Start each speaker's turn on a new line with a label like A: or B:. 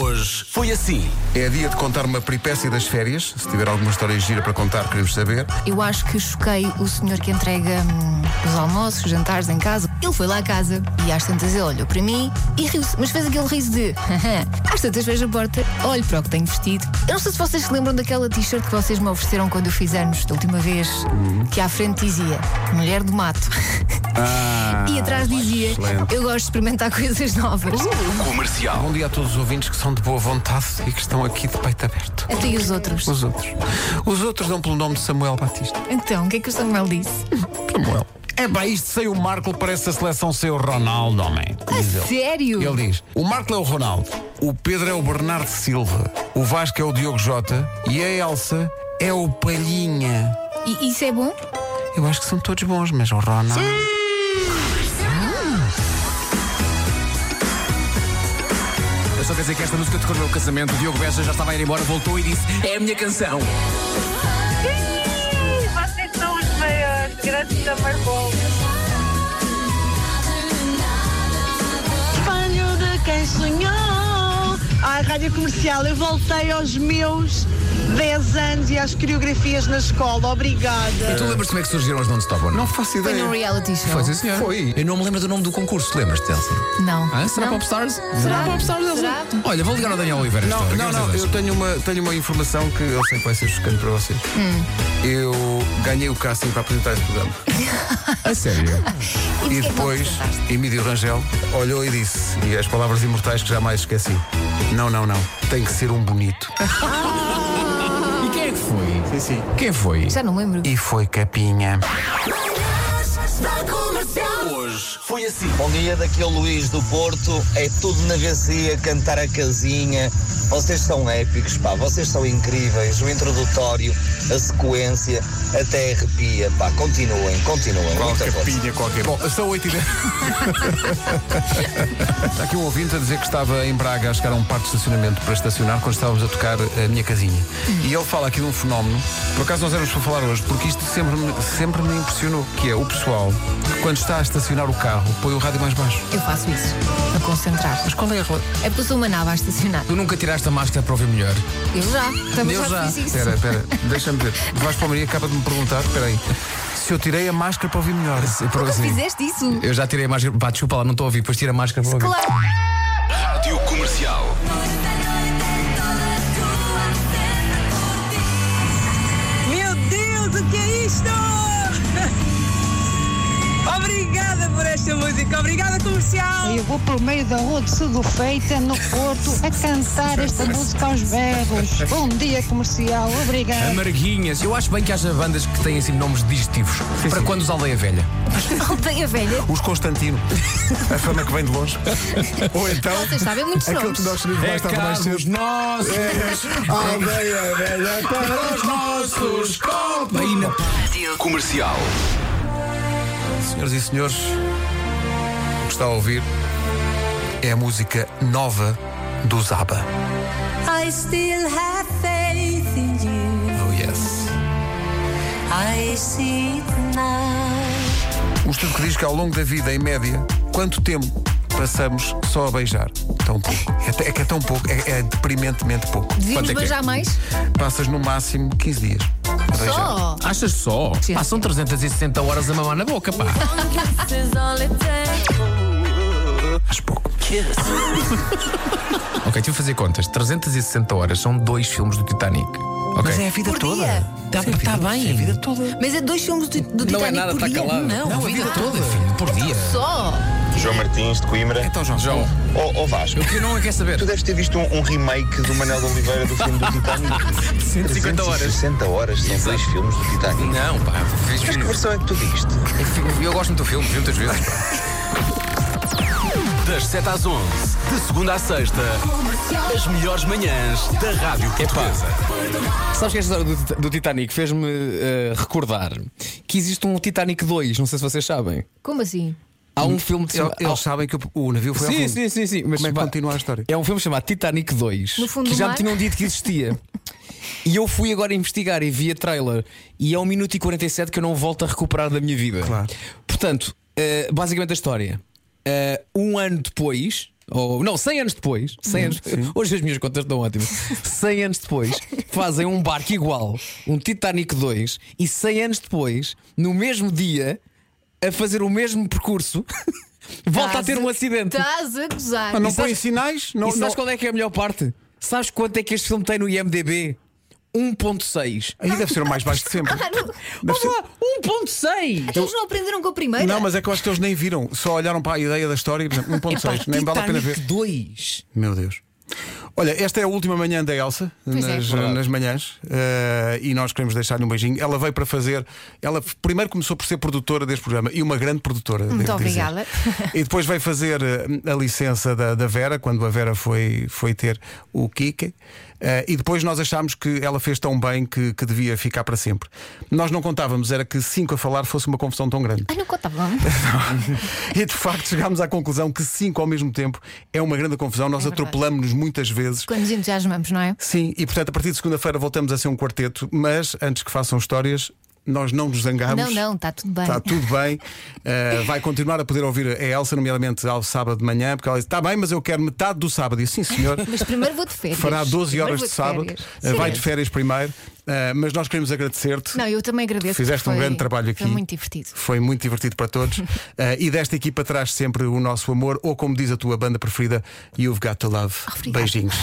A: Hoje foi assim. É dia de contar uma peripécia das férias. Se tiver alguma história gira para contar, queremos saber.
B: Eu acho que choquei o senhor que entrega hum, os almoços, os jantares em casa. Ele foi lá a casa e às tantas ele olhou para mim e riu-se, mas fez aquele riso de. às tantas vejo a porta, olho para o que tenho vestido. Eu não sei se vocês se lembram daquela t-shirt que vocês me ofereceram quando eu fiz anos, da última vez, que à frente dizia Mulher do Mato. e atrás dizia
A: excelente.
B: Eu gosto de experimentar coisas novas.
A: Bom dia a todos os ouvintes que são de boa vontade e que estão aqui de peito aberto.
B: Até e os outros.
A: Os outros. Os outros dão pelo nome de Samuel Batista.
B: Então, o que é que o Samuel disse?
A: Samuel. É bem, isto sem o Marco parece a seleção sem o Ronaldo, homem.
B: A
A: Diz ele.
B: sério?
A: Ele diz: o Marco é o Ronaldo, o Pedro é o Bernardo Silva, o Vasco é o Diogo Jota e a Elsa é o Palhinha.
B: E isso é bom?
A: Eu acho que são todos bons, mas o Ronaldo. Ah!
C: Eu só quero dizer que esta música tocou no meu casamento. O Diogo Beja já estava a ir embora, voltou e disse: É a minha canção.
D: Vocês são os maiores, graças a Marcou.
E: Espelho de quem sonhou. Ai, rádio comercial, eu voltei aos meus 10 anos e às coreografias na escola. Obrigada.
C: Tu lembras como é que surgiram os Non-Stop ou
A: Não faço
B: Foi num
F: É.
A: ideia.
B: reality show.
C: Foi, sim, é, senhor. Foi. Eu não me lembro do nome do concurso, lembras-te, Elsa?
B: Não.
F: Ah,
C: Hã? Será
B: não.
C: Popstars?
B: Será?
C: Popstars, Elsa?
B: Será?
C: Olha, vou ligar ao Daniel Oliveira. então.
A: Não, não, não, eu tenho uma, tenho uma informação que eu sei que vai ser chocante para vocês.
B: Hum.
A: Eu ganhei o casting para apresentar este programa.
C: A sério.
A: E
B: E, porquê que não
A: depois,
B: apresentaste?
A: Emílio Rangel olhou e disse, e as palavras imortais que jamais esqueci: Não, não, não, tem que ser um bonito.
C: E quem é que foi?
A: Sim, sim.
C: Quem foi?
B: Já não me lembro.
A: E foi capinha.
G: assim.
H: Bom dia, daqui é o Luís do Porto. É tudo na VCI, cantar a casinha. Vocês são épicos, pá. Vocês são incríveis. O introdutório, a sequência, até arrepia, pá. Continuem, continuem. Muita força.
C: É
A: Bom, são 8 e 10. Está aqui um ouvinte a dizer que estava em Braga a chegar a um parque de estacionamento para estacionar quando estávamos a tocar eh, a minha casinha. E ele fala aqui de um fenómeno, por acaso nós éramos para falar hoje, porque isto sempre me, sempre me impressionou, que é o pessoal que quando está a estacionar o carro põe o rádio mais baixo.
B: Eu faço isso. A concentrar.
A: Mas qual é a rela-
B: É porque eu sou uma nava a estacionar.
C: Tu nunca tiraste a máscara para ouvir melhor.
B: Eu já. Também
C: Eu já.
B: fiz isso.
A: Espera, espera, deixa-me ver. O Vasco Palmeirinho acaba de me perguntar, espera aí, se eu tirei a máscara para ouvir assim. melhor.
C: Para
B: Nunca
C: ouvir.
B: fizeste isso?
C: Eu já tirei a máscara. Pá, desculpa lá, não estou a ouvir. Depois tira a máscara para ouvir.
B: Claro.
G: Rádio Comercial.
I: Meu Deus, o que é isto? Obrigada por esta música, obrigada comercial.
E: Eu vou pelo meio da rua de Sudo Feita, é no Porto, a cantar esta música aos berros. Bom dia, comercial. Obrigada.
C: Amarguinhas. Eu acho bem que haja bandas que têm assim nomes digestivos. para quando os aldeia velha.
B: Aldeia velha.
A: Os Constantino, a fama que vem de longe. Ou então,
B: Vocês sabem muitos
A: aquele
B: nomes.
A: que nós
C: É
A: sabíamos mais tarde ou mais cedo.
C: nós.
A: Aldeia velha para os nossos
G: Comercial.
A: Senhoras e senhores, o que está a ouvir é a música nova do Zaba.
J: I still have faith in you.
A: Oh yes.
J: I see it now.
A: Um estudo que diz que ao longo da vida, em média, quanto tempo passamos só a beijar? Tão pouco. É, t- é que é tão pouco, é, é deprimentemente pouco.
B: Devíamos
A: Quanto é que é?
B: beijar mais?
A: Passas no máximo 15 dias. a beijar.
B: Só.
C: Achas só?
B: Sim.
C: Pá, são 360 horas a mamar na boca, pá.
A: Acho pouco.
C: ok, tive a fazer contas. 360 horas são dois filmes do Titanic. Ok.
A: Mas é a vida
B: Por
A: toda.
B: dia.
C: Tá-
A: Sim,
C: tá
A: a vida-
C: bem.
A: sim, A vida toda.
B: Mas é dois filmes do, do Titanic por
A: tá
B: dia? Não,
C: tá a vida toda, filho, por dia.
B: Só.
K: João Martins de Coimbra.
A: Então, João.
C: João,
K: Ó oh, Vasco,
C: o que não quer saber?
K: tu deves ter visto um, um remake do Manuel de Oliveira do filme do Titanic.
C: 150 horas.
K: 60 horas, são dois filmes do Titanic.
C: Não, pá, fiz,
K: Mas que versão é que tu viste?
C: fiz- eu gosto muito do filme, vi muitas vezes. pá.
G: Das 7 às 11, de segunda à sexta, as melhores manhãs da Rádio Portuguesa.
F: Sabes que esta história do, Tit- do Titanic fez-me eh, recordar que existe um Titanic 2, não sei se vocês sabem.
B: Como assim?
F: Há
C: Hum,
F: um filme que se
A: Eles,
F: chama.
A: eles
F: há-
A: sabem que o, o navio foi ao
F: Sim,
A: fundo.
F: sim, sim, sim. Mas
A: Como é que
F: pá,
A: continua a história?
F: É um filme chamado Titanic 2
B: No fundo
F: que
B: do
F: já
B: mar.
F: me tinham dito que existia. e eu fui agora investigar e vi a trailer. E é 1 minuto e 47 que eu não volto a recuperar da minha vida.
A: Claro.
F: Portanto, eh, basicamente a história. Eh, um ano depois, ou não, 100 anos depois, 100 anos, hoje as minhas contas estão ótimas. 100 anos depois, fazem um barco igual, um Titanic 2, e 100 anos depois, no mesmo dia, a fazer o mesmo percurso,
B: Tá
F: volta a ter um acidente.
B: Estás a gozar.
F: E sabes- E sabes qual é que é a melhor parte? Sabes quanto é que este filme tem no IMDb? 1.6.
A: Aí deve ser o mais baixo de sempre.
B: Claro.
A: Deve ser-
F: 1.6!
B: Ah,
A: Então,
B: Eles não aprenderam com a primeira.
A: Não, mas é que eu acho que eles nem viram, só olharam para a ideia da história e, por exemplo, 1.6, nem vale a pena ver.
F: 2.
A: Meu Deus. Olha, esta é a última manhã da Elsa,
B: Pois é.
A: nas,
B: Verdade.
A: nas manhãs, eh, e nós queremos deixar-lhe um beijinho. Ela veio para fazer. Ela f- primeiro começou por ser produtora deste programa e uma grande produtora.
B: Muito
A: devo dizer.
B: obrigada.
A: E depois veio fazer eh, a licença da, da Vera, quando a Vera foi, foi ter o Kika. Eh, e depois nós achámos que ela fez tão bem que, que devia ficar para sempre. Nós não contávamos, era que cinco a falar fosse uma confusão tão grande.
B: Ai, não tá contava.
A: E de facto chegámos à conclusão que cinco ao mesmo tempo é uma grande confusão. Nós
B: É verdade.
A: atropelamos-nos muitas vezes.
B: Quando nos entusiasmamos, não é?
A: Sim, e portanto a partir de segunda-feira voltamos a ser um quarteto, mas antes que façam histórias, nós não nos zangamos.
B: Não, não, está tudo bem.
A: Está tudo bem. Uh, vai continuar a poder ouvir a Elsa, nomeadamente ao sábado de manhã, porque ela diz: está bem, mas eu quero metade do sábado. E sim, senhor.
B: Mas primeiro vou de férias.
A: Fará 12
B: Primeiro
A: horas
B: vou
A: de sábado.
B: férias.
A: Uh, vai de
B: Sim.
A: férias primeiro. Uh, mas nós queremos agradecer-te.
B: Não, eu também agradeço.
A: Fizeste
B: porque
A: um
B: foi-
A: grande trabalho aqui.
B: Foi muito divertido.
A: Foi muito divertido para todos. Uh, e desta equipa traz sempre o nosso amor, ou como diz a tua banda preferida, You've Got to Love.
B: Obrigada.
A: Beijinhos.